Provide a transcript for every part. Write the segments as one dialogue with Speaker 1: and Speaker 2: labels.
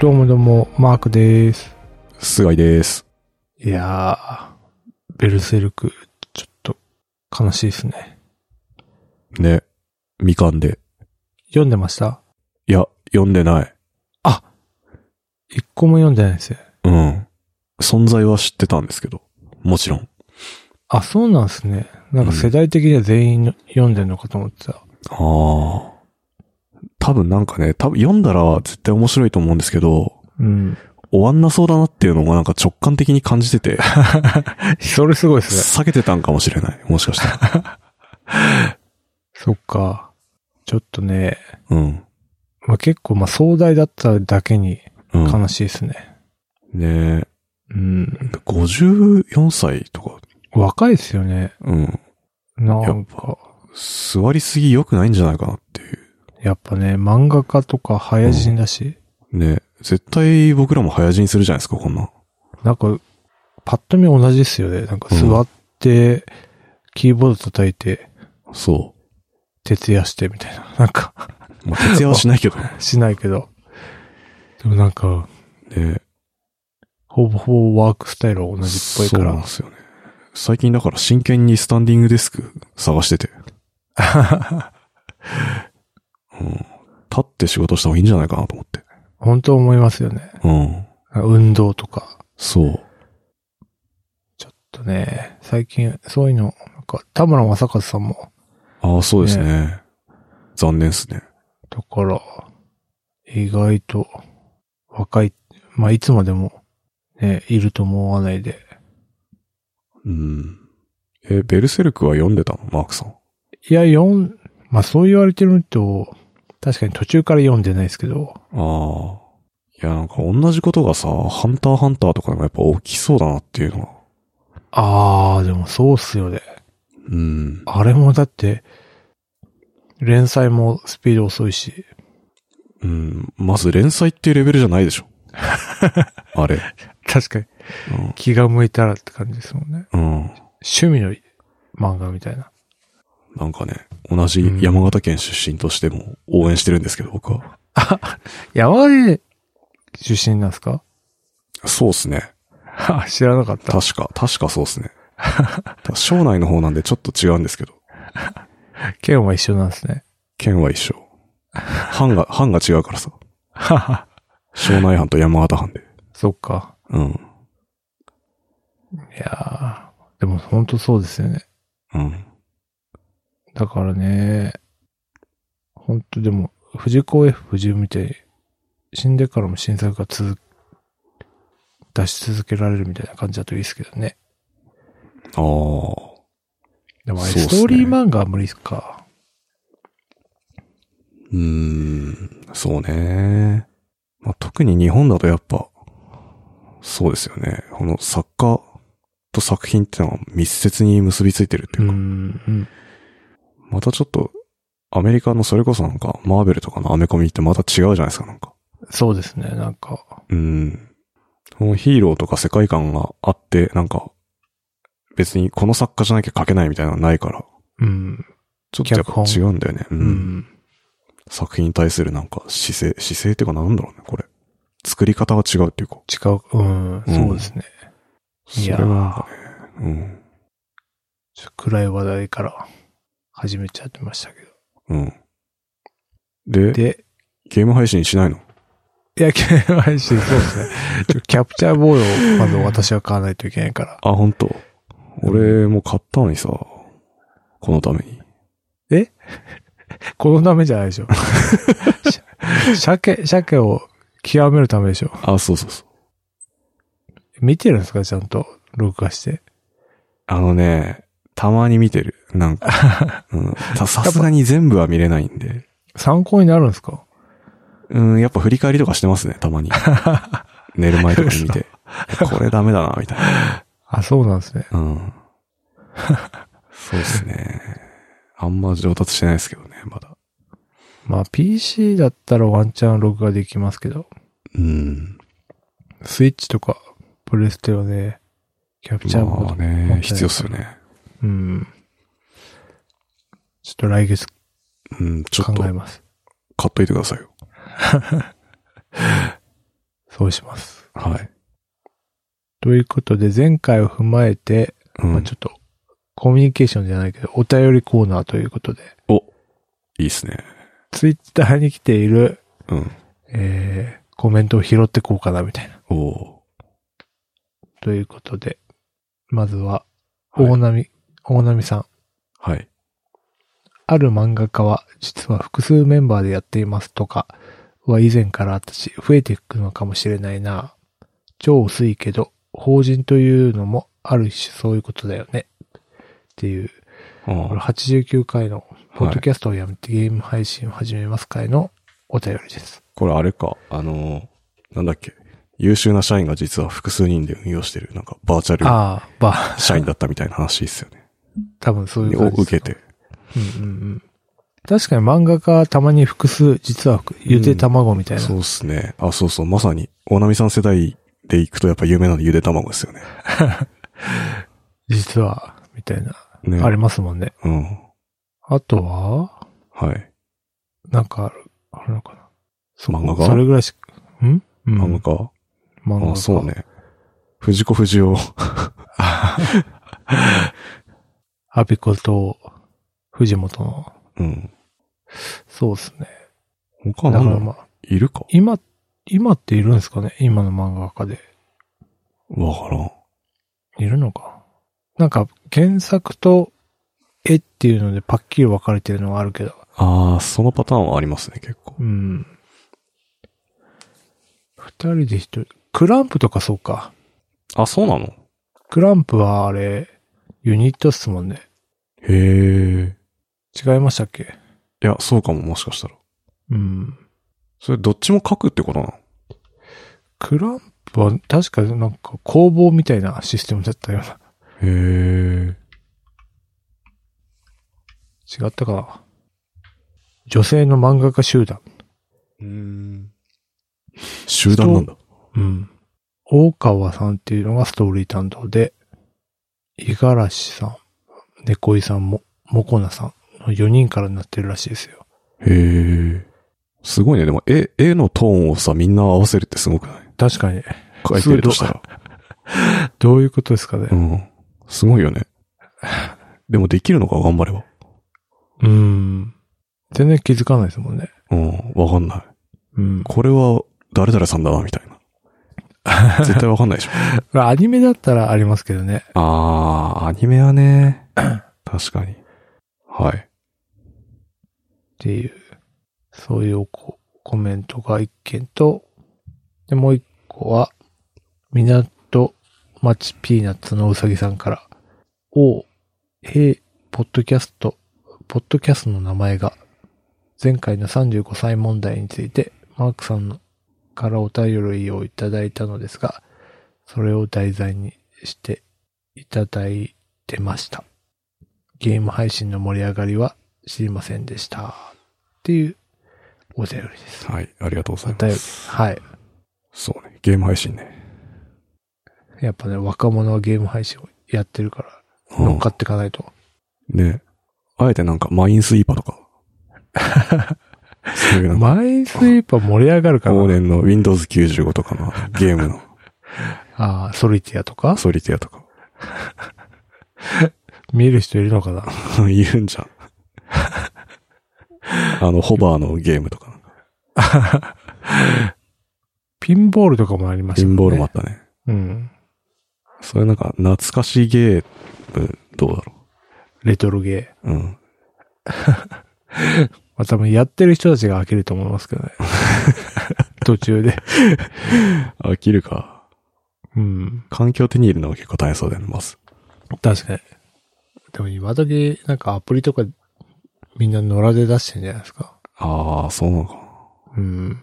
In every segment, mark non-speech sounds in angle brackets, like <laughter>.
Speaker 1: どうもどうも、マークです。
Speaker 2: 菅井です。
Speaker 1: いやー、ベルセルク、ちょっと、悲しいですね。
Speaker 2: ね。みかんで。
Speaker 1: 読んでました
Speaker 2: いや、読んでない。
Speaker 1: 一個も読んでないですよ。
Speaker 2: うん。存在は知ってたんですけど。もちろん。
Speaker 1: あ、そうなんですね。なんか世代的には全員の読んでんのかと思ってた。
Speaker 2: ああ。多分なんかね、多分読んだら絶対面白いと思うんですけど、
Speaker 1: うん。
Speaker 2: 終わんなそうだなっていうのがなんか直感的に感じてて、
Speaker 1: それすごいですね。
Speaker 2: 避けてたんかもしれない。もしか <laughs> したら。
Speaker 1: そっか。ちょっとね、
Speaker 2: うん。
Speaker 1: まあ、結構まあ壮大だっただけに
Speaker 2: うん。
Speaker 1: 悲しいですね。
Speaker 2: ね
Speaker 1: うん。
Speaker 2: え54歳とか、
Speaker 1: 若いですよね。
Speaker 2: うん。
Speaker 1: なんか、
Speaker 2: 座りすぎ良くないんじゃないかなっていう。
Speaker 1: やっぱね、漫画家とか早死んだし、
Speaker 2: ね絶対僕らも早死にするじゃないですか、こんなん。
Speaker 1: なんか、パッと見同じですよね。なんか座って、キーボード叩いて、
Speaker 2: そう。
Speaker 1: 徹夜してみたいな。なんか、 <laughs>
Speaker 2: まあ、徹夜はしないけど。
Speaker 1: しないけど。でもなんか、
Speaker 2: ね
Speaker 1: ほぼほぼワークスタイルは同じっぽいか
Speaker 2: そうなん
Speaker 1: ら
Speaker 2: で。すよね。最近だから真剣にスタンディングデスク探し
Speaker 1: <laughs>
Speaker 2: てて。うん。立って仕事した方がいいんじゃないかなと思って。
Speaker 1: 本当思いますよね。
Speaker 2: うん。
Speaker 1: 運動とか。
Speaker 2: そう。
Speaker 1: ちょっとね、最近そういうの、なんか、田村正和さんも、
Speaker 2: ああ、そうですね。残念ですね。
Speaker 1: だから、意外と若い、まあいつまでも、ね、いると思わないで。
Speaker 2: うん。え、ベルセルクは読んでたのマークさん。
Speaker 1: いや、読ん、まあそう言われてると、確かに途中から読んでないですけど、
Speaker 2: ああ。いや、なんか同じことがさ、ハンターハンターとかでもやっぱ起きそうだなっていうのは。
Speaker 1: あー、でもそうっすよね。
Speaker 2: うん。
Speaker 1: あれもだって、連載もスピード遅いし、
Speaker 2: うん。まず連載っていうレベルじゃないで
Speaker 1: <laughs>
Speaker 2: しょ。あれ。
Speaker 1: 確かに
Speaker 2: うん
Speaker 1: 気が向いたらって感じですもんね。
Speaker 2: うん。
Speaker 1: 趣味の漫画みたいな。
Speaker 2: なんかね、同じ山形県出身としても応援してるんですけど、僕は。
Speaker 1: 山形出身なんですか
Speaker 2: そうっすね。
Speaker 1: <laughs> 知らなかった。
Speaker 2: 確か、確かそうっすね。た省内の方なんでちょっと違うんですけど、
Speaker 1: 県は一緒なんですね。
Speaker 2: 県は一緒。藩が、藩が違うからさ。
Speaker 1: はは。
Speaker 2: 省内藩と山形藩で。
Speaker 1: そっか。
Speaker 2: うん。
Speaker 1: いやー、でも本当そうですよね。
Speaker 2: うん。
Speaker 1: だからね、本当でも、藤子 F 不二雄みたいに、死んでからも新作が続、出し続けられるみたいな感じだといいですけどね。
Speaker 2: ああ。
Speaker 1: でもあれ、
Speaker 2: そうっす
Speaker 1: ス
Speaker 2: ね
Speaker 1: トーリー漫画は無理っすか。
Speaker 2: うーん。そうね。まあ、特に日本だとやっぱ、そうですよね。この作家と作品ってのは密接に結びついてるっていううか
Speaker 1: ん、うん。
Speaker 2: またちょっと、アメリカのそれこそなんか、マーベルとかのアメコミってまた違うじゃないですか、なんか。
Speaker 1: そうですね、なんか。
Speaker 2: うん。このヒーローとか世界観があって、なんか、別にこの作家じゃなきゃ書けないみたいなのはないから、
Speaker 1: うん。
Speaker 2: ちょっとやっ
Speaker 1: 脚
Speaker 2: ぱ
Speaker 1: 本
Speaker 2: 違うんだよね。う。
Speaker 1: うんん。
Speaker 2: 作品に対するなんか姿勢、姿勢っていうかなんだろうね、これ。作り方が違うっていうか。
Speaker 1: 違う、うん、そうですね。
Speaker 2: そ
Speaker 1: い
Speaker 2: れ
Speaker 1: や
Speaker 2: は
Speaker 1: ー
Speaker 2: なんかね、うん。
Speaker 1: ちょっと暗い話題から始めちゃってましたけど。
Speaker 2: うん。で、
Speaker 1: で、
Speaker 2: ゲーム配信しないの
Speaker 1: いや、ゲ <laughs> ーム配信、そうですね。ちょキャプチャーボードをまず私は買わないといけないから。
Speaker 2: あ、本当。俺も買ったのにさ、このために。
Speaker 1: このためじゃない
Speaker 2: <laughs>
Speaker 1: でしょ。鮭、鮭を極めるためでしょ。
Speaker 2: あ、そうそうそう。
Speaker 1: 見てるんですかちゃんと、録画して。
Speaker 2: あのね、たまに見てる。なんか、 <laughs> うん、ささすがに全部は見れないんで。
Speaker 1: 参考になるんですか
Speaker 2: うん、やっぱ振り返りとかしてますね、たま <laughs> に。寝る前とかに見て。これダメだな、みたい
Speaker 1: あ、そうなんですね。
Speaker 2: な。うん。そうですね。あんま上達してないですけどね、まだ。
Speaker 1: まあ、PC だったらワンチャン録画できますけど、
Speaker 2: うん。
Speaker 1: スイッチとか、プレステはね、キャプチャーボー
Speaker 2: ま
Speaker 1: ド
Speaker 2: あ
Speaker 1: 持ってな
Speaker 2: ね
Speaker 1: い、
Speaker 2: 必要っすよね。
Speaker 1: うん。ちょっと来月
Speaker 2: うん、ちょ
Speaker 1: 考
Speaker 2: っと
Speaker 1: えます。
Speaker 2: 買っといてくださいよ。
Speaker 1: そうします。
Speaker 2: はい。
Speaker 1: ということで、前回を踏まえて、
Speaker 2: うん。
Speaker 1: まあちょっと、コミュニケーションじゃないけど、お便りコーナーということで、
Speaker 2: いいっすね。
Speaker 1: ツイッターに来ている、
Speaker 2: うん。
Speaker 1: えー、コメントを拾ってこうかな、みたいな。
Speaker 2: おお
Speaker 1: ということで、まずは、
Speaker 2: ー。
Speaker 1: 大
Speaker 2: はい。
Speaker 1: 波、大波さん。
Speaker 2: はい。
Speaker 1: ある漫画家は実は複数メンバーでやっていますとかは以前からあったし、増えていくのかもしれないな。超薄いけど、法人というのもあるしそういうことだよね。っていう、
Speaker 2: あ
Speaker 1: これ
Speaker 2: ー
Speaker 1: 89回の、ポッ
Speaker 2: は
Speaker 1: ド
Speaker 2: い。
Speaker 1: キャストをやめてゲーム配信を始めます回のお便りです。
Speaker 2: これあれか。あのーなんだっけ。優秀な社員が実は複数人で運用してる、なんかバーチャル
Speaker 1: ああ、ば、あ、
Speaker 2: 社員だったみたいな話ですよね。
Speaker 1: 多分そういう感
Speaker 2: を
Speaker 1: じで
Speaker 2: 受
Speaker 1: す
Speaker 2: けて。
Speaker 1: うんうんうん。確かに漫画家はたまに複数、実は複ゆで卵みたいな。
Speaker 2: そうっすね。あ、そうそう。まさに、大波さん世代で行くとやっぱ有名なのゆで卵ですよね。
Speaker 1: 実は、みたいな。
Speaker 2: ね。
Speaker 1: ありますもんね。
Speaker 2: うん。
Speaker 1: あとは、
Speaker 2: はい。
Speaker 1: なんかある、あるのかな。
Speaker 2: 漫画
Speaker 1: そ
Speaker 2: 家
Speaker 1: れぐらいしか、んうん
Speaker 2: 漫画家
Speaker 1: 漫画
Speaker 2: あ
Speaker 1: 家
Speaker 2: そう。ね。藤子不二雄。
Speaker 1: アビコと藤本の。
Speaker 2: うん。
Speaker 1: そうですね。
Speaker 2: 他
Speaker 1: だか
Speaker 2: なんだ
Speaker 1: ら
Speaker 2: ろう
Speaker 1: まあ、
Speaker 2: いるか
Speaker 1: 今、今っているんですかね今の漫画家で。
Speaker 2: わからん。
Speaker 1: いるのか。なんか、原作と絵っていうのでパッキリ分かれてるのはあるけど。
Speaker 2: ああ、そのパターンはありますね、結構。
Speaker 1: うん。二人で一人。クランプとかそうか。
Speaker 2: あ、そうなの
Speaker 1: クランプはあれ、ユニットっすもんね。
Speaker 2: へえ。
Speaker 1: 違いましたっけ
Speaker 2: いや、そうかも、もしかしたら。
Speaker 1: うん。
Speaker 2: それ、どっちも書くってことなの
Speaker 1: クランプは確かなんか工房みたいなシステムだったような。
Speaker 2: へえ。
Speaker 1: 違ったかな。女性の漫画家集団。
Speaker 2: うん。集団なんだ。
Speaker 1: うん。大川さんっていうのがストーリー担当で、五十嵐さん、猫井さんも、もこなさんの4人からなってるらしいですよ。
Speaker 2: へえ。すごいね。でも、絵、絵のトーンをさ、みんな合わせるってすごくない
Speaker 1: 確かに。
Speaker 2: 書いてるとしたら。
Speaker 1: どういうことですかね
Speaker 2: う。ん。すごいよね。でも、できるのか、頑張れば。
Speaker 1: うん。全然気づかないですもんね。
Speaker 2: うん、わかんない。
Speaker 1: うん。
Speaker 2: これは、誰々さんだな、みたい <laughs> な。絶対わかんないでしょ。
Speaker 1: アニメだったらありますけどね。
Speaker 2: あー、アニメはね。確かに。はい。
Speaker 1: っていう、そういうココメントが一件と、で、もう一個は、港町ピーナッツのうさぎさんから、おう、へい、ポッドキャスト、ポッドキャストの名前が、前回の35歳問題について、マークさんのからお便りをいただいたのですが、それを題材にしていただいてました。ゲーム配信の盛り上がりは知りませんでした。っていうお便りです。
Speaker 2: はい。ありがとうござい
Speaker 1: お
Speaker 2: ま
Speaker 1: 便り
Speaker 2: す。
Speaker 1: はい。
Speaker 2: そうね。ゲーム配信ね。
Speaker 1: やっぱね、若者はゲーム配信をやってるから、
Speaker 2: うん
Speaker 1: 乗っかっていかないと。
Speaker 2: ね。あえてなんか、マインスイーパーとか。そういうなんか、
Speaker 1: マインスイーパー盛り上がるから
Speaker 2: 往年の Windows 95とかのゲームの
Speaker 1: ああ、ソリティアとか
Speaker 2: ソリティアとか。 <laughs>
Speaker 1: 見る人いるのかな
Speaker 2: いるんじゃん。あの、ホバーのゲームとか。
Speaker 1: ピンボールとかもありまし
Speaker 2: ピ
Speaker 1: たもん
Speaker 2: ン
Speaker 1: ね。
Speaker 2: ボールもあったね。
Speaker 1: うん。
Speaker 2: そういうなんか、懐かしいゲーム、どうだろ
Speaker 1: レトロゲー。
Speaker 2: う。うん。
Speaker 1: まあ多分やってる人たちが飽きると思いますけど
Speaker 2: <laughs>
Speaker 1: ね。途中で。
Speaker 2: 飽きるか。
Speaker 1: うん。
Speaker 2: 環境手に入れるのが結構大変そうだよね、まず。
Speaker 1: 確かに。でも今だけなんかアプリとかみんな野良で出してんじゃないですか。
Speaker 2: ああ、そうなのかな。
Speaker 1: うん。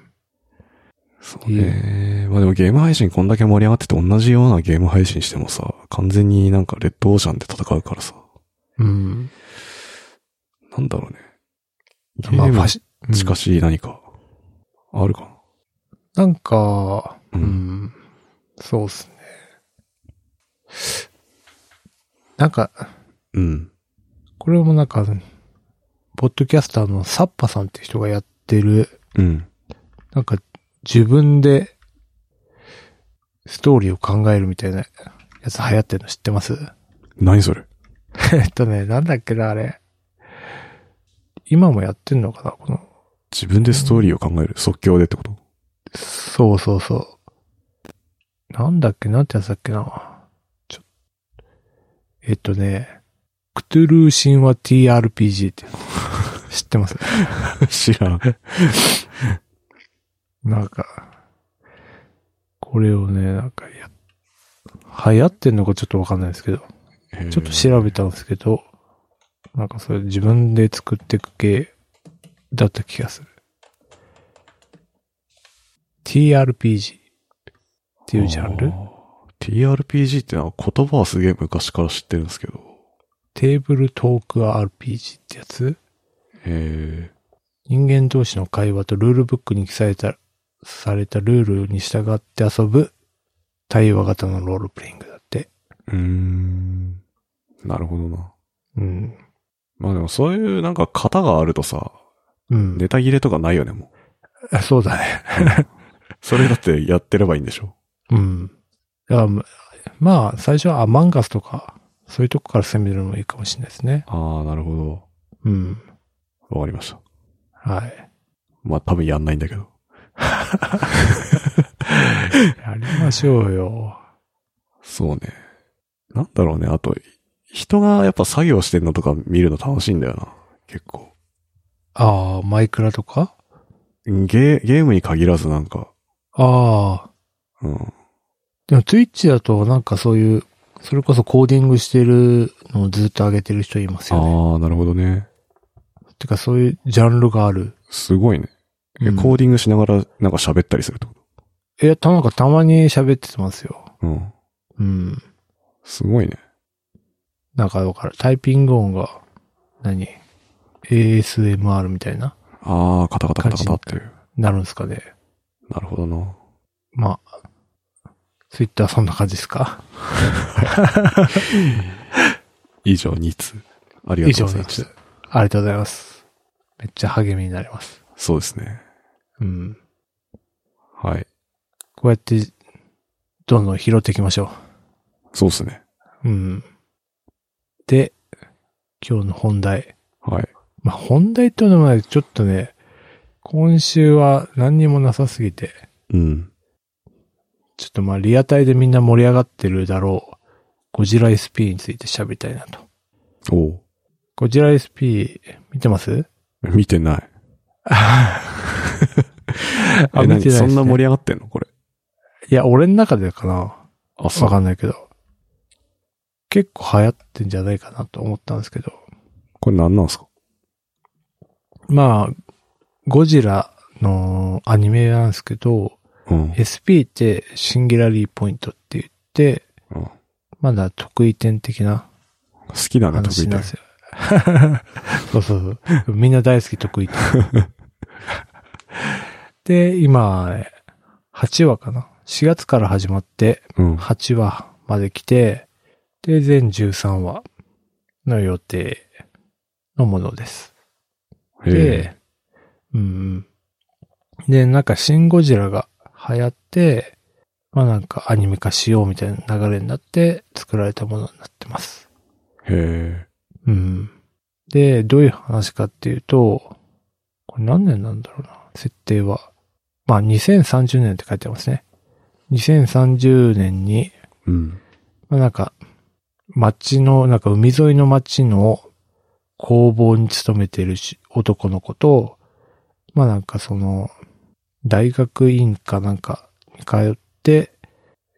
Speaker 2: そうね。まあでもゲーム配信こんだけ盛り上がってて同じようなゲーム配信してもさ、完全になんかレッドオーシャンで戦うからさ。
Speaker 1: うん。
Speaker 2: なんだろうね。ゲ
Speaker 1: まあ
Speaker 2: ーム
Speaker 1: ファ
Speaker 2: に
Speaker 1: シうん
Speaker 2: 近しい何か、あるかな。
Speaker 1: なんか、う、
Speaker 2: うんん
Speaker 1: そうっすね。なんか、
Speaker 2: うん。
Speaker 1: これもなんか、ポッドキャスターのサッパさんって人がやってる、
Speaker 2: うん。
Speaker 1: なんか自分でストーリーを考えるみたいなやつ流行ってるの知ってます <laughs>
Speaker 2: 何それ
Speaker 1: えっとね、なんだっけな、あれ。今もやってんのかなこの、
Speaker 2: 自分でストーリーを考える。即興でってこと
Speaker 1: <laughs> そうそうそう。なんだっけなんてやつだっけな。ちょ、えっとね、クトゥルー神話 TRPG って、 <laughs> 知ってます
Speaker 2: 知らん。
Speaker 1: なんか、これをね、なんかや、流行ってんのかちょっとわかんないですけど、ちょっと調べたんですけど、なんかそれ自分で作っていく系だった気がする。TRPG っていうジャンル
Speaker 2: あー ?TRPG ってのは言葉はすげえ昔から知ってるんですけど。
Speaker 1: テーブルトーク RPG ってやつ
Speaker 2: え
Speaker 1: 人間同士の会話とルールブックに記載たされたルールに従って遊ぶ対話型のロールプレイングだって。
Speaker 2: ー、うーん。なるほどな。
Speaker 1: うん。
Speaker 2: まあでもそういうなんか型があるとさ、
Speaker 1: うん。
Speaker 2: ネタ切れとかないよね、も
Speaker 1: あそうだね。
Speaker 2: う。それだってやってればいいんでしょ。
Speaker 1: うん。だからままあ、最初はアマンガスとか、そういうとこから攻めるのもいいかもしれないですね。
Speaker 2: ああ、なるほど。
Speaker 1: うん。
Speaker 2: わかりました。
Speaker 1: はい。
Speaker 2: まあ多分やんないんだけ <laughs> ど。
Speaker 1: やりましょうよ。
Speaker 2: そうね。なんだろうね、あと、人がやっぱ作業してんのとか見るの楽しいんだよな。結構。
Speaker 1: ああ、マイクラとか
Speaker 2: ゲー、ゲームに限らずなんか、
Speaker 1: ああ。
Speaker 2: うん。
Speaker 1: でも、ツイッチだと、なんかそういう、それこそコーディングしてるのをずっと上げてる人いますよね。
Speaker 2: ああ、なるほどね。
Speaker 1: てか、そういうジャンルがある。
Speaker 2: すごいね。え
Speaker 1: うん
Speaker 2: コーディングしながらなんか喋ったりするってこ
Speaker 1: いや、たなんかたまに喋ってますよ。
Speaker 2: とうん。
Speaker 1: うん。
Speaker 2: すごいね。
Speaker 1: なんかだから、タイピング音が何、?ASMR みたいな
Speaker 2: ああ、カタカタカタカタっていう。
Speaker 1: なるんですかね。
Speaker 2: なるほどな。
Speaker 1: まあ、ツイッターそんな感じですか
Speaker 2: 以上、2通。ありが
Speaker 1: 以
Speaker 2: とう
Speaker 1: 上
Speaker 2: ござい
Speaker 1: で
Speaker 2: まし
Speaker 1: す
Speaker 2: た。。
Speaker 1: ありがとうございます。めっちゃ励みになります。
Speaker 2: そうですね。
Speaker 1: うん。
Speaker 2: はい。
Speaker 1: こうやって、どんどん拾っていきましょ
Speaker 2: そうですね。
Speaker 1: う。うん。で、今日の本題。
Speaker 2: はい。
Speaker 1: まあ、本題っていうのはちょっとね、今週は何にもなさすぎて、
Speaker 2: うん。
Speaker 1: ちょっとまあリアタイでみんな盛り上がってるだろう、ゴジラ SP について喋りたいなと。
Speaker 2: おう
Speaker 1: ゴジラ SP 見てます
Speaker 2: <laughs> 見てない。
Speaker 1: <laughs> あ見てな
Speaker 2: え、
Speaker 1: い
Speaker 2: 何
Speaker 1: です
Speaker 2: そ
Speaker 1: ね
Speaker 2: んな盛り上がってんのこれ。
Speaker 1: いや、俺の中でかな
Speaker 2: あ、
Speaker 1: わ
Speaker 2: そう。
Speaker 1: かんないけど。結構流行ってんじゃないかなと思ったんですけど。
Speaker 2: これ何なんすか
Speaker 1: まあ、ゴジラのアニメなんですけど、
Speaker 2: うん。
Speaker 1: SP ってシンギュラリーポイントって言って、
Speaker 2: うん好
Speaker 1: まだ得意点的な
Speaker 2: きだね、得
Speaker 1: 話
Speaker 2: 意
Speaker 1: なんで
Speaker 2: だ
Speaker 1: すよ。 <laughs> そうそうそう。みんな大好き得意って。
Speaker 2: <laughs>
Speaker 1: で、今、8話かな。4月から始まって、
Speaker 2: うん。
Speaker 1: 8話まで来て、で、全13話の予定のものです。
Speaker 2: へ
Speaker 1: で、うんうん。で、なんか、シン・ゴジラが流行って、まあなんかアニメ化しようみたいな流れになって作られたものになってます。
Speaker 2: え。へ
Speaker 1: うん。で、どういう話かっていうと、これ何年なんだろうな、設定は。まあ、2030年って書いてますね。2030年に、
Speaker 2: え。うん。
Speaker 1: まあ、なんか、町の、なんか海沿いの町の工房に勤めてるし男の子と、まあなんかその、大学院かなんかに通って、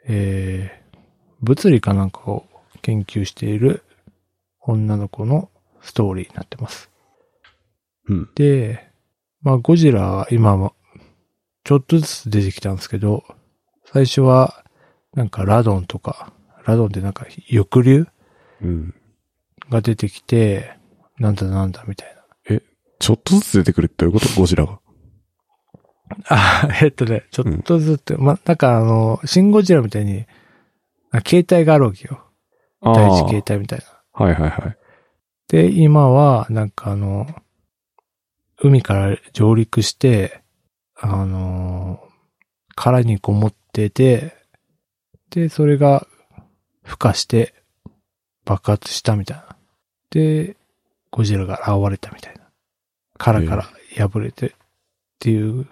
Speaker 1: えー、物理かなんかを研究している女の子のストーリーになってます。
Speaker 2: うん。
Speaker 1: で、まあ、ゴジラは今も、ちょっとずつ出てきたんですけど、最初は、なんかラドンとか、ラドンってなんか抑留
Speaker 2: うん。
Speaker 1: が出てきて、なんだなんだみたいな。
Speaker 2: ちょっとずつ出てくるってどういうことゴジラが。
Speaker 1: あ、 <laughs> えっとね、ちょっとずつ、まあ、なんかあの、シンゴジラみたいに、あ携帯があるわけよ。
Speaker 2: あ
Speaker 1: 第一
Speaker 2: あ
Speaker 1: 携帯みたいな。
Speaker 2: はいはいはい。
Speaker 1: で、今は、なんかあの、海から上陸して、あの、殻にこもってて、で、それが孵化して爆発したみたいな。で、ゴジラが現れたみたいな。殻から破れてっていう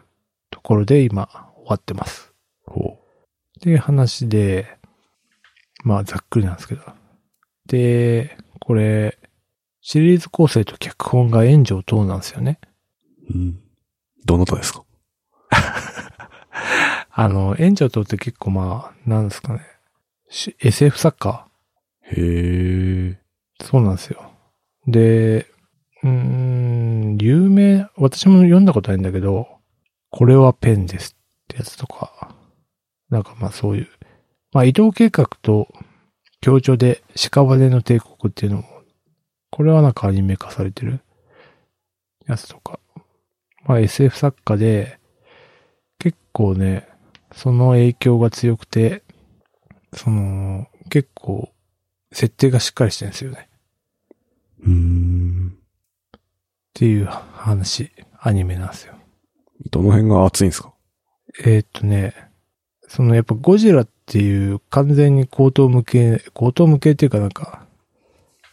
Speaker 1: ところで今終わってます。
Speaker 2: ほ
Speaker 1: っていう話で、まあざっくりなんですけど。で、これ、シリーズ構成と脚本が炎上等なんですよね。
Speaker 2: う。うん。どなたですか
Speaker 1: あの、炎上等って結構まあ、なんですかね。し SF 作家
Speaker 2: へえ。
Speaker 1: そうなんですよ。で、うーん、有名、私も読んだことないんだけど、これはペンですってやつとか、なんかまあそういう、まあ移動計画と協調で屍の帝国っていうのも、これはなんかアニメ化されてるやつとか、まあ SF 作家で、結構ね、その影響が強くて、その、結構、設定がしっかりしてるんですよね。
Speaker 2: うーん。
Speaker 1: っていう話、アニメなんですよ。
Speaker 2: どの辺が熱いんですか
Speaker 1: えーっとね、そのやっぱゴジラっていう完全に高等無形、高等無形っていうかなんか、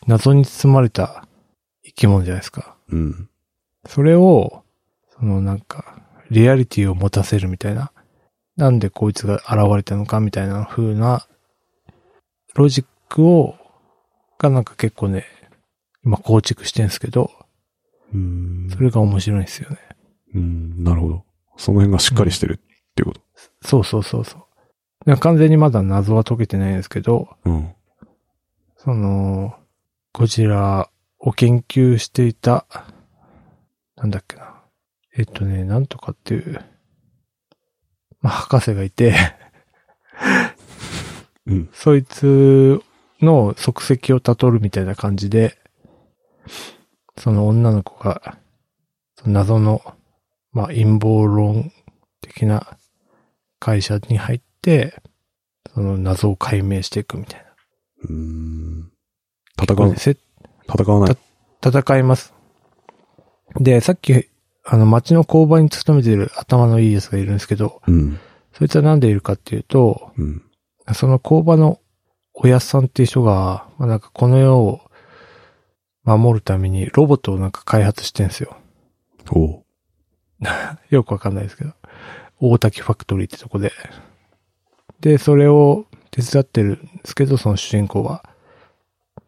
Speaker 1: 謎に包まれた生き物じゃないですか。
Speaker 2: うん。
Speaker 1: それを、そのなんか、リアリティを持たせるみたいな。なんでこいつが現れたのかみたいな風な、ロジックを、がなんか結構ね、今構築してるんですけど、
Speaker 2: うーん
Speaker 1: それが面白いんですよね。
Speaker 2: うん、なるほど。その辺がしっかりしてるっていうこと。
Speaker 1: そうそうそうそう。なんか完全にまだ謎は解けてないんですけど、
Speaker 2: うん。
Speaker 1: その、ゴジラを研究していた、なんだっけな。えっとね、なんとかっていう、まあ、博士がいて、
Speaker 2: うん。
Speaker 1: そいつの足跡をたどるみたいな感じで、その女の子が、その謎の、まあ、陰謀論的な会社に入って、その謎を解明していくみたいな。
Speaker 2: うーん。戦
Speaker 1: これ
Speaker 2: う
Speaker 1: で、せ
Speaker 2: 戦わない。
Speaker 1: 戦います。で、さっき、あの、町の工場に勤めてる頭のいい奴がいるんですけど、
Speaker 2: うん。
Speaker 1: そいつはなんでいるかっていうと、
Speaker 2: うん。
Speaker 1: その工場のおやっさんっていう人が、まあ、なんかこの世を守るためにロボットをなんか開発してんですよ。
Speaker 2: おう。
Speaker 1: よくわかんないですけど。大滝ファクトリーってとこで。で、それを手伝ってるんですけど、その主人公は。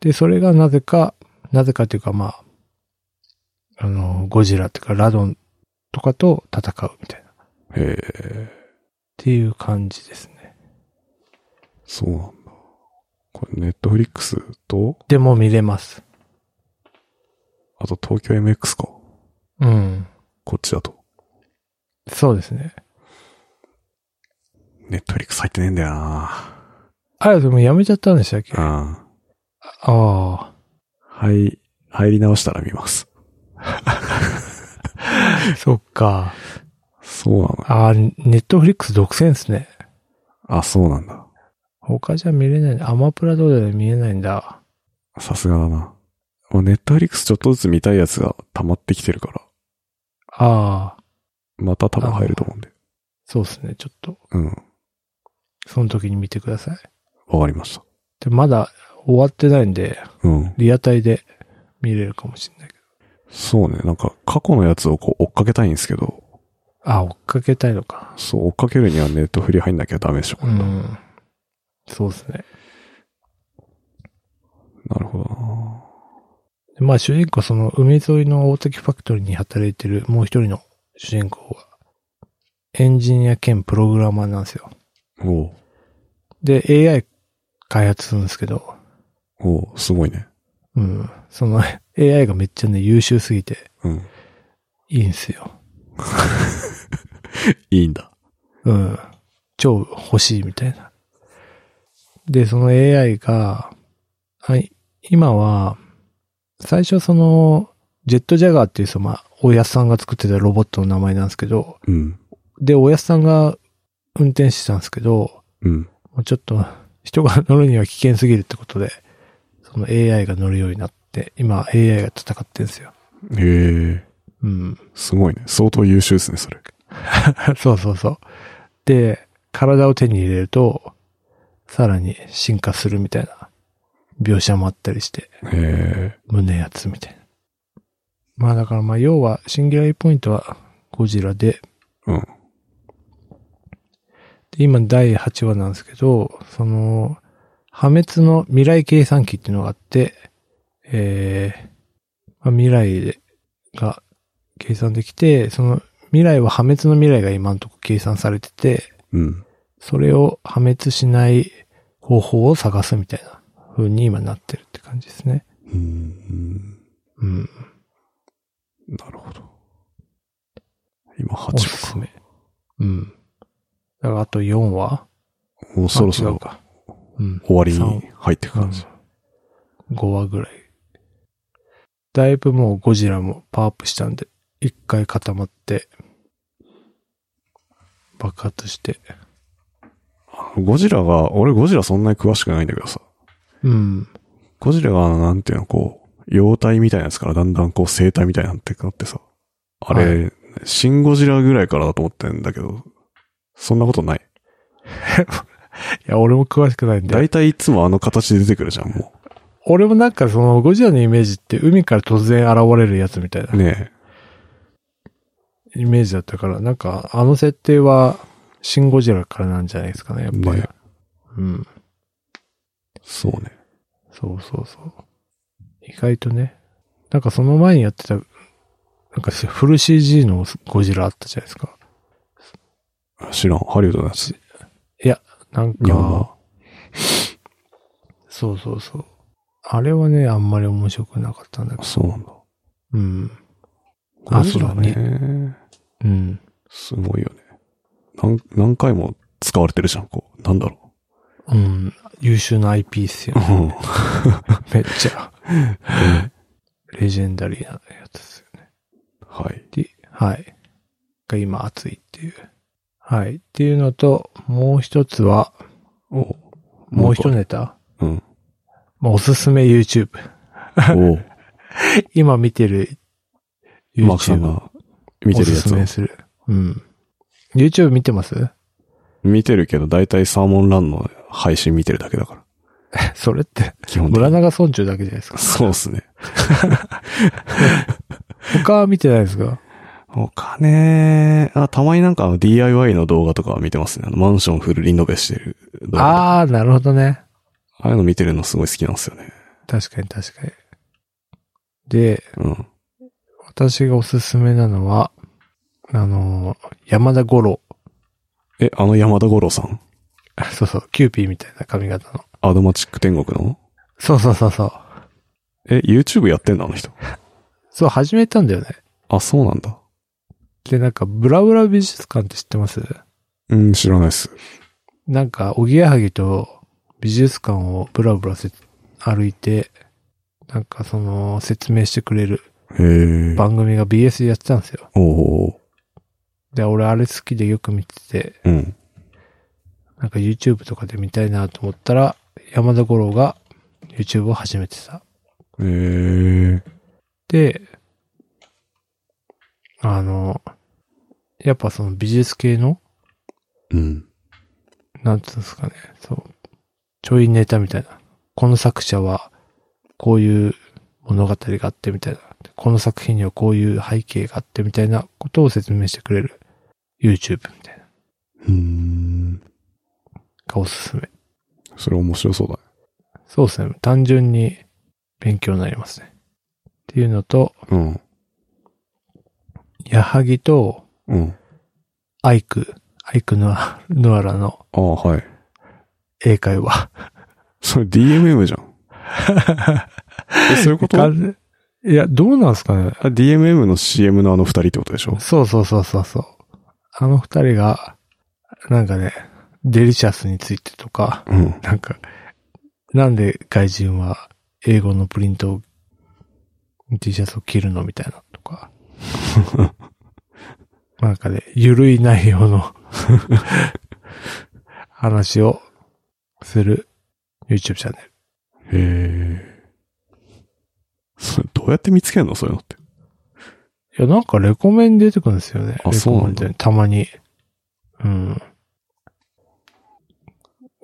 Speaker 1: で、それがなぜか、なぜかというかまあ、あの、ゴジラとかラドンとかと戦うみたいな。っ
Speaker 2: へえ。
Speaker 1: ていう感じですね。
Speaker 2: そうなんだ。これ、ネットフリックスと、
Speaker 1: でも見れます。
Speaker 2: あと東京 MX か。
Speaker 1: うん。
Speaker 2: こっちだと。
Speaker 1: そうですね。
Speaker 2: ネットフリックス入ってねえんだよな
Speaker 1: あれ、でもやめちゃったんでしたっけあ
Speaker 2: うん。
Speaker 1: あ。
Speaker 2: はい、入り直したら見ます。
Speaker 1: <laughs> そっか。
Speaker 2: そうなのよ
Speaker 1: ああ、ネットフリックス独占ですね。
Speaker 2: あ、そうなんだ。
Speaker 1: 他じゃ見れない。アマプラどうで見えないんだ。
Speaker 2: さすがだな。まあ、ネットフリックスちょっとずつ見たいやつが溜まってきてるから、
Speaker 1: ああ、
Speaker 2: また多分入ると思うんで。
Speaker 1: そうですね。ちょっと、
Speaker 2: うん。
Speaker 1: その時に見てください。
Speaker 2: わかりました。
Speaker 1: で、まだ終わってないんで、
Speaker 2: うん。
Speaker 1: リアタイで見れるかもしれないけど。
Speaker 2: そうね。なんか過去のやつをこう追っかけたいんですけど、
Speaker 1: ああ、追っかけたいのか。
Speaker 2: そう追っかけるにはネットフリ入んなきゃダメでしょ、こ
Speaker 1: う
Speaker 2: れな。
Speaker 1: ん。そうですね。
Speaker 2: なるほどな。
Speaker 1: でまあ、主人公、その、海沿いの大滝ファクトリーに働いてるもう一人の主人公は、エンジニア兼プログラマーなんですよ。
Speaker 2: おう
Speaker 1: で、AI 開発するんですけど、
Speaker 2: おうすごいね。
Speaker 1: うん。その AI がめっちゃね、優秀すぎて
Speaker 2: うん。
Speaker 1: いいんすよ。
Speaker 2: いいんだ。
Speaker 1: うん。超欲しいみたいな。で、その AI が、はい、今は、最初その、ジェットジャガーっていうその、まあ、おやっさんが作ってたロボットの名前なんですけど、
Speaker 2: うん。
Speaker 1: で、おやっさんが運転してたんですけど、
Speaker 2: うん。
Speaker 1: もうちょっと人が乗るには危険すぎるってことで、その AI が乗るようになって、今 AI が戦ってんですよ。
Speaker 2: へえ。
Speaker 1: うん。
Speaker 2: すごいね。相当優秀ですね、それ。
Speaker 1: <laughs> そうそうそう。で、体を手に入れると、さらに進化するみたいな描写もあったりして、
Speaker 2: え
Speaker 1: 胸やつみたいな。まあだからまあ要は、シンギュラリーポイントはゴジラで、
Speaker 2: えうん。
Speaker 1: で今第8話なんですけど、その、破滅の未来計算機っていうのがあって、えーまあ、未来でが計算できて、その未来は破滅の未来が今のとこ計算されてて、
Speaker 2: うん。
Speaker 1: それを破滅しない方法を探すみたいな風に今なってるって感じですね。
Speaker 2: うん。
Speaker 1: うん。
Speaker 2: なるほど。今8
Speaker 1: おす
Speaker 2: 話
Speaker 1: す
Speaker 2: か。
Speaker 1: め。うん。だからあと4話
Speaker 2: もうそろそ
Speaker 1: あ違う
Speaker 2: ろ
Speaker 1: か。うん。
Speaker 2: 終わりに入ってく
Speaker 1: う
Speaker 2: 感
Speaker 1: ん
Speaker 2: じ。
Speaker 1: 5話ぐらい。だいぶもうゴジラもパワーアップしたんで、一回固まって、爆発して。
Speaker 2: ゴジラが、俺ゴジラそんなに詳しくないんだけどさ。
Speaker 1: うん。
Speaker 2: ゴジラが、なんていうの、こう、妖体みたいなやつからだんだんこう生体みたいになってなってさ。あれ、シンゴジラぐらいからだと思ってんだけど、そんなことない。
Speaker 1: いや、俺も詳しくないん
Speaker 2: だ
Speaker 1: で。
Speaker 2: いたいいつもあの形で出てくるじゃん、も
Speaker 1: 俺もなんかそのゴジラのイメージって海から突然現れるやつみたいな
Speaker 2: う。ね
Speaker 1: イメージだったから、なんかあの設定はシンゴジラからなんじゃないですかね、やっぱり。
Speaker 2: ね
Speaker 1: うん。
Speaker 2: え。そうね。
Speaker 1: そうそうそう。意外とね。なんかその前にやってた、なんかフル CG のゴジラあったじゃないですか。
Speaker 2: 知らん。ハリウッドのやつ。
Speaker 1: なん
Speaker 2: 日本
Speaker 1: か
Speaker 2: の、
Speaker 1: そうそうそう。あれはね、あんまり面白くなかったんだけど。
Speaker 2: そうなんだ。
Speaker 1: うん。あ
Speaker 2: ゴジラ
Speaker 1: そ
Speaker 2: ね。
Speaker 1: うん。
Speaker 2: すごいよね。何、何回も使われてるじゃん、こう。なんだろ
Speaker 1: うん。優秀な IP っすよ
Speaker 2: う。
Speaker 1: ね。
Speaker 2: うん。
Speaker 1: <laughs> めっちゃ。レジェンダリーなやつですよね。
Speaker 2: <laughs> はい。
Speaker 1: で、はい。が今熱いっていう。はい。っていうのと、もう一つは、
Speaker 2: お
Speaker 1: もう一
Speaker 2: 人。
Speaker 1: ネタ <laughs>
Speaker 2: うん。
Speaker 1: まあ、おすすめ YouTube。
Speaker 2: おう。
Speaker 1: 今見てる
Speaker 2: マークさん
Speaker 1: YouTube を
Speaker 2: が見て
Speaker 1: お
Speaker 2: る
Speaker 1: す
Speaker 2: や
Speaker 1: す
Speaker 2: つを
Speaker 1: めする。うん。YouTube 見てます <laughs>
Speaker 2: 見てるけど、だいたいサーモンランの配信見てるだけだから。
Speaker 1: それって、
Speaker 2: 基本的
Speaker 1: 村
Speaker 2: に。
Speaker 1: 長村長だけじゃないですか。
Speaker 2: そうっすね。
Speaker 1: 他は見てないですか
Speaker 2: お金、あ、たまになんかあの DIY の動画とかは見てますね。あのマンションフルリノベしてる動画。あ
Speaker 1: あー、なるほどね。
Speaker 2: あいうの見てるのすごい好きなんですよね。
Speaker 1: 確かに確かに。で、
Speaker 2: うん。
Speaker 1: 私がおすすめなのは、あのー山田五郎。 <laughs>
Speaker 2: え、あの山田五郎さん
Speaker 1: そうそう、キューピーみたいな髪型の。
Speaker 2: アドマチック天国の
Speaker 1: そうそうそうそう。
Speaker 2: え、YouTube やってんのあの人。
Speaker 1: そう、始めたんだよね。
Speaker 2: あ、そうなんだ。
Speaker 1: で、なんか、ブラブラ美術館って知ってます
Speaker 2: うん、知らないっす。
Speaker 1: なんか、おぎやはぎと美術館をブラブラせ歩いて、なんかその、説明してくれる
Speaker 2: へえ。
Speaker 1: 番組が BS でやってたんですよ。
Speaker 2: おお
Speaker 1: で、俺あれ好きでよく見てて、
Speaker 2: ーうん。
Speaker 1: なんか YouTube とかで見たいなと思ったら、山田五郎が YouTube を始めてた。
Speaker 2: へえ。
Speaker 1: で、あの、やっぱその美術系の、
Speaker 2: うん。
Speaker 1: なんつうんですかね、そう、ちょいネタみたいな。この作者は、こういう物語があってみたいな。この作品にはこういう背景があってみたいなことを説明してくれる YouTube みたいな。
Speaker 2: うん。
Speaker 1: がおすすめ。
Speaker 2: それ面白そうだね。
Speaker 1: そうですね。単純に勉強になりますね。っていうのと、
Speaker 2: うん。
Speaker 1: 矢作と
Speaker 2: うん。
Speaker 1: アイク、アイクのノアラの
Speaker 2: ああ、はい。
Speaker 1: 英会話。
Speaker 2: それ DMM じゃん。え、そういうことあ、
Speaker 1: 完全いや、どうなんですかね。
Speaker 2: DMM の CM のあの二人ってことでしょ
Speaker 1: そうそうそうそうそう。あの二人が、なんかね、デリシャスについてとか、
Speaker 2: うん。
Speaker 1: なんか、なんで外人は英語のプリントを、T シャツを着るのみたいなとか。なんかね、ゆるい内容の話をする YouTube チャンネル。
Speaker 2: へえ。それどうやって見つけるのそういうのって。
Speaker 1: いや、なんかレコメン出てくるんですよね。
Speaker 2: あそうなん
Speaker 1: レコメンド
Speaker 2: だ
Speaker 1: にたまに。うん。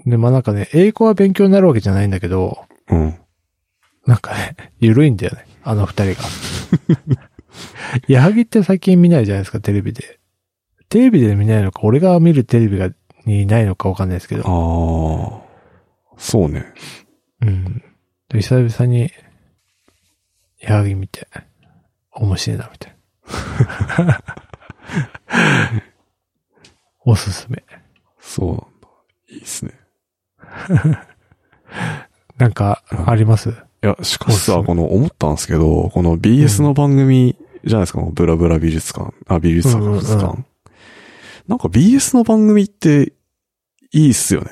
Speaker 1: で、まあなんかね、英語は勉強になるわけじゃないんだけど、
Speaker 2: うん。
Speaker 1: なんかね、 <laughs> ゆるいんだよね。あの二人が。 <laughs> 矢作って最近見ないじゃないですか、テレビで。テレビで見ないのか、俺が見るテレビが、にないのかわかんないですけ
Speaker 2: あ
Speaker 1: ど。
Speaker 2: あ。そうね。
Speaker 1: うん。で久々に、矢作見て、面白いな、みたいな。 <laughs> おすすめ。
Speaker 2: そうなんだ。いいっすね。
Speaker 1: なんか、あります、
Speaker 2: いや、しかし
Speaker 1: おすす
Speaker 2: さ、
Speaker 1: め
Speaker 2: この思ったんですけど、この BS の番組じゃないですか、このブラブラ美術館。あ、美術館
Speaker 1: うんうんうん
Speaker 2: 美術館。なんか BS の番組って、いいっすよね。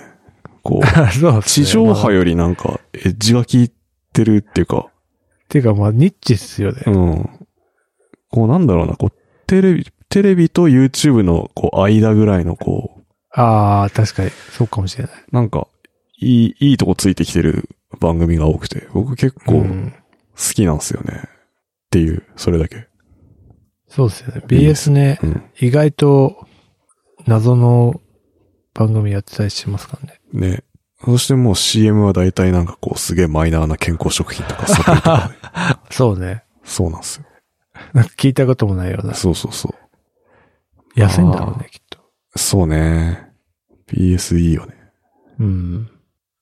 Speaker 2: こう、
Speaker 1: そうですね
Speaker 2: 地上波
Speaker 1: まあ
Speaker 2: よりなんか、エッジが効いてるっていうか、
Speaker 1: ていうか、まあ、ニッチっすよね。
Speaker 2: うん。こうなんだろうな、こう、テレビ、テレビと YouTube のこう、間ぐらいのこう、
Speaker 1: ああ、確かに、そうかもしれない。
Speaker 2: なんか、いい、いいとこついてきてる番組が多くて、僕結構好
Speaker 1: ん、
Speaker 2: きなんですよね。っていう、それだけ。
Speaker 1: そうですよね。BS ね、
Speaker 2: うん。
Speaker 1: 意外と、謎の番組やってたりしますからね。
Speaker 2: ね。そしてもう CM は大体なんかこう、すげえマイナーな健康食品とかサプリとかね、
Speaker 1: そうね。
Speaker 2: そうなんですよ。
Speaker 1: なんか聞いたこともないような。
Speaker 2: そうそうそ
Speaker 1: 安いんだろうね、きっと。
Speaker 2: う。そうね。BSE よね。っ
Speaker 1: うん。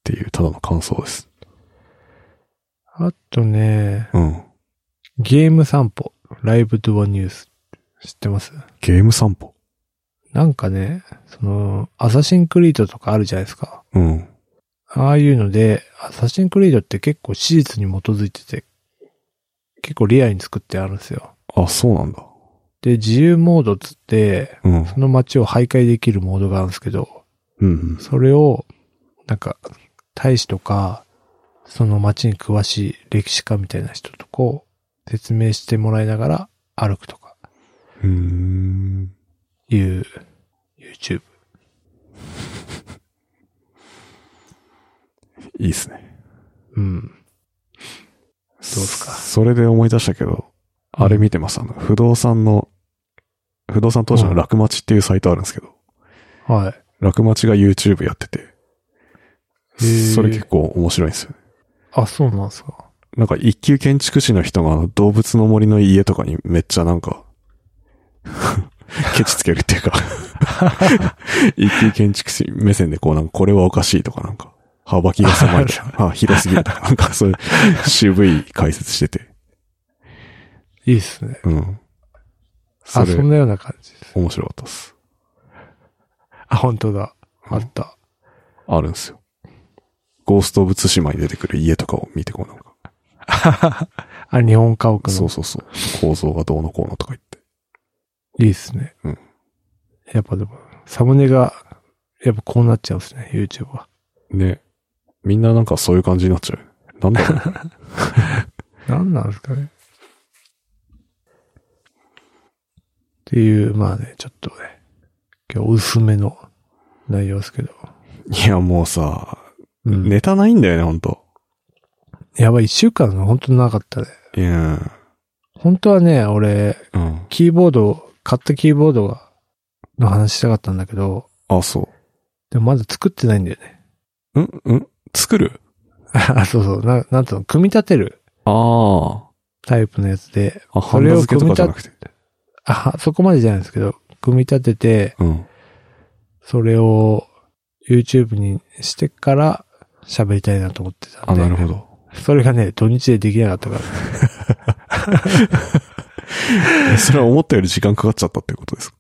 Speaker 2: ていう、ただの感想です。
Speaker 1: あとね、
Speaker 2: うん。
Speaker 1: ゲーム散歩、ライブドアニュース、知ってます
Speaker 2: ゲーム散歩。
Speaker 1: なんかね、その、アサシンクリードとかあるじゃないですか。
Speaker 2: うん。
Speaker 1: ああいうので、アサシンクリードって結構史実に基づいてて、結構リアルに作ってあるんですよ。
Speaker 2: あ、そうなんだ。
Speaker 1: で、自由モードっつって、
Speaker 2: うん。
Speaker 1: その街を徘徊できるモードがあるんですけど、
Speaker 2: うんうん。
Speaker 1: それを、なんか、大使とか、その街に詳しい歴史家みたいな人とこう、説明してもらいながら歩くとか、
Speaker 2: うーん。
Speaker 1: いう、YouTube。
Speaker 2: いいっすね。
Speaker 1: うん。
Speaker 2: どう
Speaker 1: すか
Speaker 2: それで思い出したけど、あれ見てます。あの、不動産の、不動産投資の楽町っていうサイトあるんですけど、
Speaker 1: はい。
Speaker 2: 楽町が YouTube やってて、
Speaker 1: ー
Speaker 2: それ結構面白いんですよね。
Speaker 1: あ、そうなんですか。
Speaker 2: なんか一級建築士の人があの動物の森の家とかにめっちゃなんか、ケチつけるっていうか <laughs> 一級建築士目線でこうなんかこれはおかしいとかなんか、幅利が狭いとか、 <laughs> あ広すぎるとか、なんかそういう渋い解説してて、
Speaker 1: いいっすね。
Speaker 2: うん。そ
Speaker 1: あ、
Speaker 2: れ
Speaker 1: そんなような感じです。
Speaker 2: 面白かったっす。
Speaker 1: あ、本当だ。
Speaker 2: うん
Speaker 1: あった。
Speaker 2: あるんですよ。ゴースト・オブ・ツシマに出てくる家とかを見てこうなんか、
Speaker 1: あ、日本家屋の。
Speaker 2: そうそうそう、構造がどうのこうのとか言って。
Speaker 1: いいっすね。
Speaker 2: うん
Speaker 1: やっぱでも、サムネが、やっぱこうなっちゃうんですね、YouTube は。
Speaker 2: ね。みんななんかそういう感じになっちゃうよね。なんだろう <laughs> ね
Speaker 1: なんなんですかね。っていう、まあね、ちょっとね、今日薄めの内容ですけど。
Speaker 2: いや、もうさ、
Speaker 1: うん。
Speaker 2: ネタないんだよね、ほんと。
Speaker 1: やばい、一週間の本当なかったね。
Speaker 2: いや、
Speaker 1: 本当はね、俺、
Speaker 2: うん。
Speaker 1: キーボードを、買ったキーボードが、の話したかったんだけど、
Speaker 2: あ、そ
Speaker 1: でもまだ作ってないんだよね。
Speaker 2: う。んん作る
Speaker 1: あ、 <laughs> そうそう、ななんと、組み立てる
Speaker 2: あー
Speaker 1: タイプのやつで、そ
Speaker 2: あ。ハン
Speaker 1: れ
Speaker 2: ダ
Speaker 1: を
Speaker 2: 付けとかじゃなくて。
Speaker 1: あ、そこまでじゃないですけど、組み立てて、
Speaker 2: うん。
Speaker 1: それを YouTube にしてから喋りたいなと思ってたん
Speaker 2: あ、
Speaker 1: で。
Speaker 2: なるほど。
Speaker 1: それがね、土日でできなかったから。
Speaker 2: えそれは思ったより時間かかっちゃったってことですか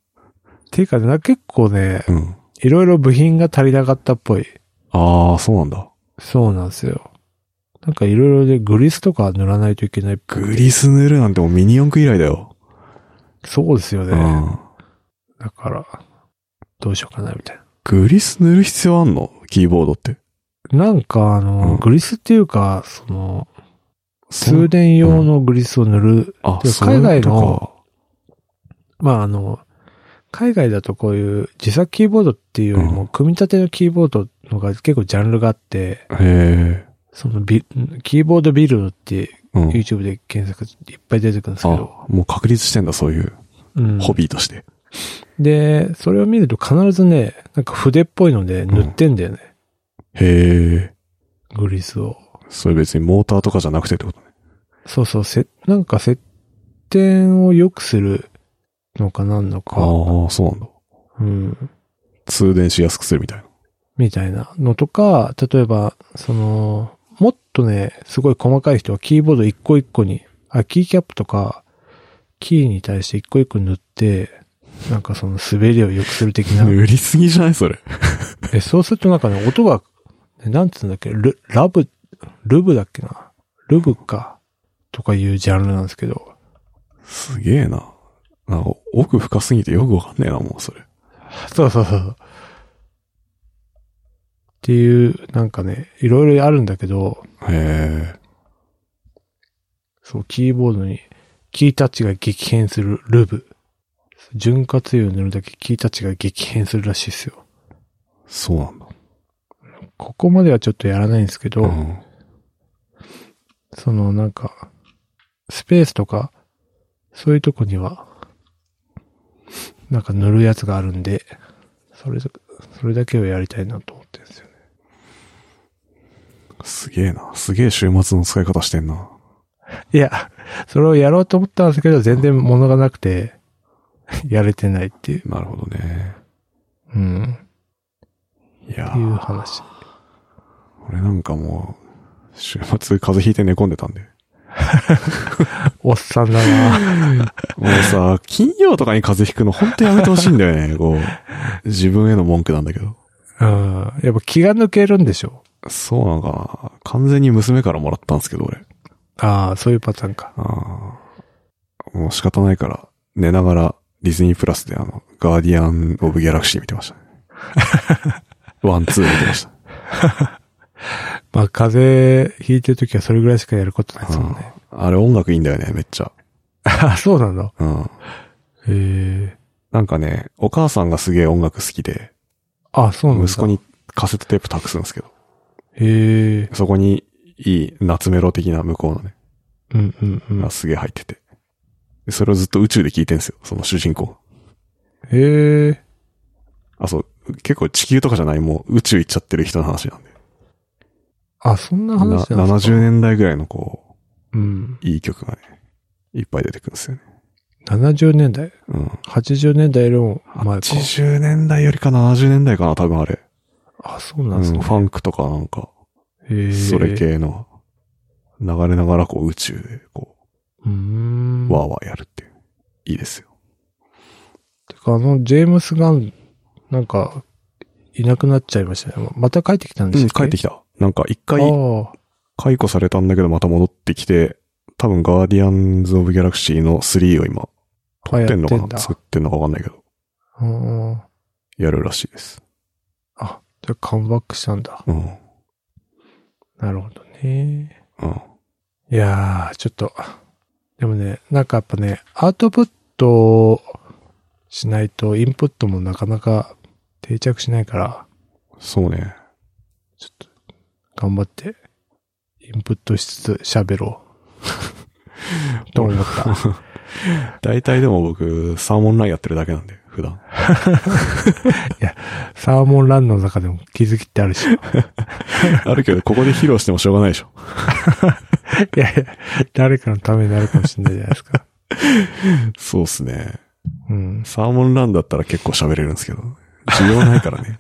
Speaker 1: ていうかね、結構ね、
Speaker 2: うん。
Speaker 1: いろいろ部品が足りなかったっぽい。
Speaker 2: ああ、そうなんだ。
Speaker 1: そうなんですよ。なんかいろいろでグリスとか塗らないといけないっぽい。
Speaker 2: グリス塗るなんてもうミニ四駆以来だよ。
Speaker 1: そうですよね。
Speaker 2: うん。
Speaker 1: だから、どうしようかな、みたいな。
Speaker 2: グリス塗る必要あんのキーボードって。
Speaker 1: なんかあの、
Speaker 2: うん
Speaker 1: グリスっていうか、その、
Speaker 2: そ
Speaker 1: 通電用のグリスを塗る
Speaker 2: あ、
Speaker 1: で
Speaker 2: そういう
Speaker 1: 海外
Speaker 2: こと
Speaker 1: のまああの、海外だとこういう自作キーボードっていうよりも、組み立てのキーボードのが結構ジャンルがあって、
Speaker 2: か。へえ。
Speaker 1: そのビ、キーボードビルドって
Speaker 2: うん。
Speaker 1: YouTube で検索いっぱい出てくるんですけど、
Speaker 2: あ、もう確立してんだ、そういう、
Speaker 1: うん、
Speaker 2: ホビーとして。
Speaker 1: で、それを見ると必ずね、なんか筆っぽいので塗ってんだよね。
Speaker 2: へえ。
Speaker 1: グリスを。
Speaker 2: それ別にモーターとかじゃなくてってことね。
Speaker 1: そうそう、せ、なんか接点を良くするのかなんのか、
Speaker 2: ああ、そうなんだ。
Speaker 1: うん、
Speaker 2: 通電しやすくするみたいな。
Speaker 1: みたいなのとか、例えば、その、もっとね、すごい細かい人はキーボード一個一個に、あ、キーキャップとか、キーに対して一個一個塗って、なんかその滑りを良くする的な。
Speaker 2: 塗りすぎじゃないそれ。
Speaker 1: え、そうするとなんかね、音が、えなんつうんだっけ、ル、ラブ、ルブだっけな。ルブか。とかいうジャンルなんですけど。
Speaker 2: すげえな。なんか奥深すぎてよくわかんねえな、もうそれ。
Speaker 1: そうそうそう。っていう、なんかね、いろいろあるんだけど、
Speaker 2: へ
Speaker 1: そう、キーボードに、キータッチが激変するルブ。潤滑油を塗るだけキータッチが激変するらしいですよ。
Speaker 2: え。そうなんだ。
Speaker 1: ここまではちょっとやらないんですけど、
Speaker 2: うん。
Speaker 1: そのなんか、スペースとか、そういうとこには、なんか塗るやつがあるんで、それだ、それだけをやりたいなと思ってるんですよね。
Speaker 2: すげえな。すげえ週末の使い方してんな。
Speaker 1: いや、それをやろうと思ったんですけど、全然物がなくて、やれてないっていう。
Speaker 2: なるほどね。
Speaker 1: うん。
Speaker 2: いや
Speaker 1: いう
Speaker 2: ー、
Speaker 1: 話。
Speaker 2: 俺なんかもう、週末風邪ひいて寝込んでたんで。
Speaker 1: おっさんだな
Speaker 2: <laughs> もうさ、 <laughs> 金曜とかに風邪ひくのほんとやめてほしいんだよ <laughs> ね。こう、自分への文句なんだけど。
Speaker 1: うん。やっぱ気が抜けるんでしょ
Speaker 2: そうなんかな。完全に娘からもらったんですけど、俺。
Speaker 1: ああ、そういうパターンか。
Speaker 2: ああ。もう仕方ないから、寝ながらディズニープラスであの、ガーディアン・オブ・ギャラクシー見てましたね。ワン、ツー見てました。
Speaker 1: まあ、風邪ひいてるときはそれぐらいしかやることないですもんね。
Speaker 2: あれ音楽いいんだよね、めっちゃ。
Speaker 1: あ、そうなんだ。
Speaker 2: うん。
Speaker 1: へえ。
Speaker 2: なんかね、お母さんがすげえ音楽好きで、
Speaker 1: あ、そうなんだ。
Speaker 2: 息子。にカセットテープ託すんですけど、
Speaker 1: へえ。
Speaker 2: そこにいい夏メロ的な向こうのね、
Speaker 1: うんうんうん。
Speaker 2: がすげえ入ってて。でそれをずっと宇宙で聴いてんすよ、その主人公が。
Speaker 1: へえ。
Speaker 2: あ、そう、結構地球とかじゃない、もう宇宙行っちゃってる人の話なんで。
Speaker 1: あ、そんな
Speaker 2: な
Speaker 1: 話なんですか
Speaker 2: 70年代ぐらいのこう、
Speaker 1: うん。
Speaker 2: いい曲がね、いっぱい出てくるんですよね。
Speaker 1: 70年代
Speaker 2: うん。
Speaker 1: ?80 年代よりも前か。
Speaker 2: 80年代よりか70年代かな、多分あれ。
Speaker 1: あ、そうな
Speaker 2: うんん、
Speaker 1: です
Speaker 2: フ
Speaker 1: ね。
Speaker 2: ァンクとかなんか、
Speaker 1: へえ。
Speaker 2: それ。系の、流れながらこう宇宙でこ
Speaker 1: うーん。
Speaker 2: う、ワーワーやるっていう。いいですよ。
Speaker 1: てか、あの、ジェームス・ガン、なんか、いなくなっちゃいましたね。また帰ってきたんで
Speaker 2: う
Speaker 1: す
Speaker 2: ん、帰って
Speaker 1: き
Speaker 2: きた。なんか一
Speaker 1: た
Speaker 2: 回
Speaker 1: ああ。
Speaker 2: 解雇されたんだけどまた戻ってきて、多分ガーディアンズ・オブ・ギャラクシーの3を今、
Speaker 1: あ
Speaker 2: やってんのか
Speaker 1: やってんだ
Speaker 2: な作ってんのかわかんないけど、
Speaker 1: うんうん。
Speaker 2: やるらしいです。
Speaker 1: あ、じゃあカムバックしたんだ。
Speaker 2: うん。
Speaker 1: なるほどね。
Speaker 2: うん。
Speaker 1: いやー、ちょっと。でもね、なんかやっぱね、アウトプットをしないとインプットもなかなか定着しないから、
Speaker 2: そうね。
Speaker 1: ちょっと頑張ってインプットしつつ喋ろう。 <laughs> と思った。
Speaker 2: 大体でも僕、サーモンラインやってるだけなんで、普段。 <laughs>
Speaker 1: サーモンランの中でも気づきってあるし。い
Speaker 2: あるけど、ここで披露してもしょうがないでしょ。
Speaker 1: やいや、誰かのためになるかもしれないじゃない
Speaker 2: <laughs>
Speaker 1: ですか。
Speaker 2: そうっすね。
Speaker 1: うん。
Speaker 2: サーモンランだったら結構喋れるんですけど。需要ないか
Speaker 1: <laughs>
Speaker 2: らね。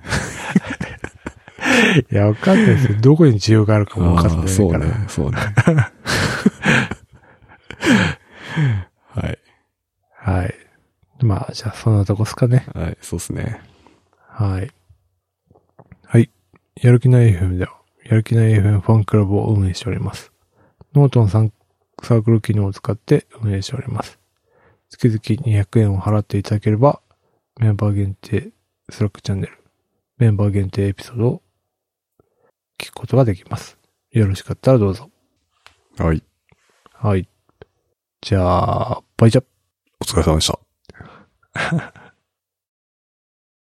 Speaker 1: いや、わかんないですよ。どこに需要があるかもわかんない
Speaker 2: あ
Speaker 1: か
Speaker 2: ー
Speaker 1: ら。
Speaker 2: そうね。そうね。
Speaker 1: <laughs>
Speaker 2: はい。
Speaker 1: はい。まあ、じゃあ、そんなとこっすかね。
Speaker 2: はい、そうっすね。
Speaker 1: はい。はい。やる気ない FM では、やる気ない FM ファンクラブを運営しております。ノートのサンサークル機能を使って運営しております。月々200円を払っていただければ、メンバー限定スラックチャンネル、メンバー限定エピソードを聞くことができます。よろしかったらどうぞ。
Speaker 2: はい。
Speaker 1: はい。じゃあ、バイチャ
Speaker 2: お疲れ様でした。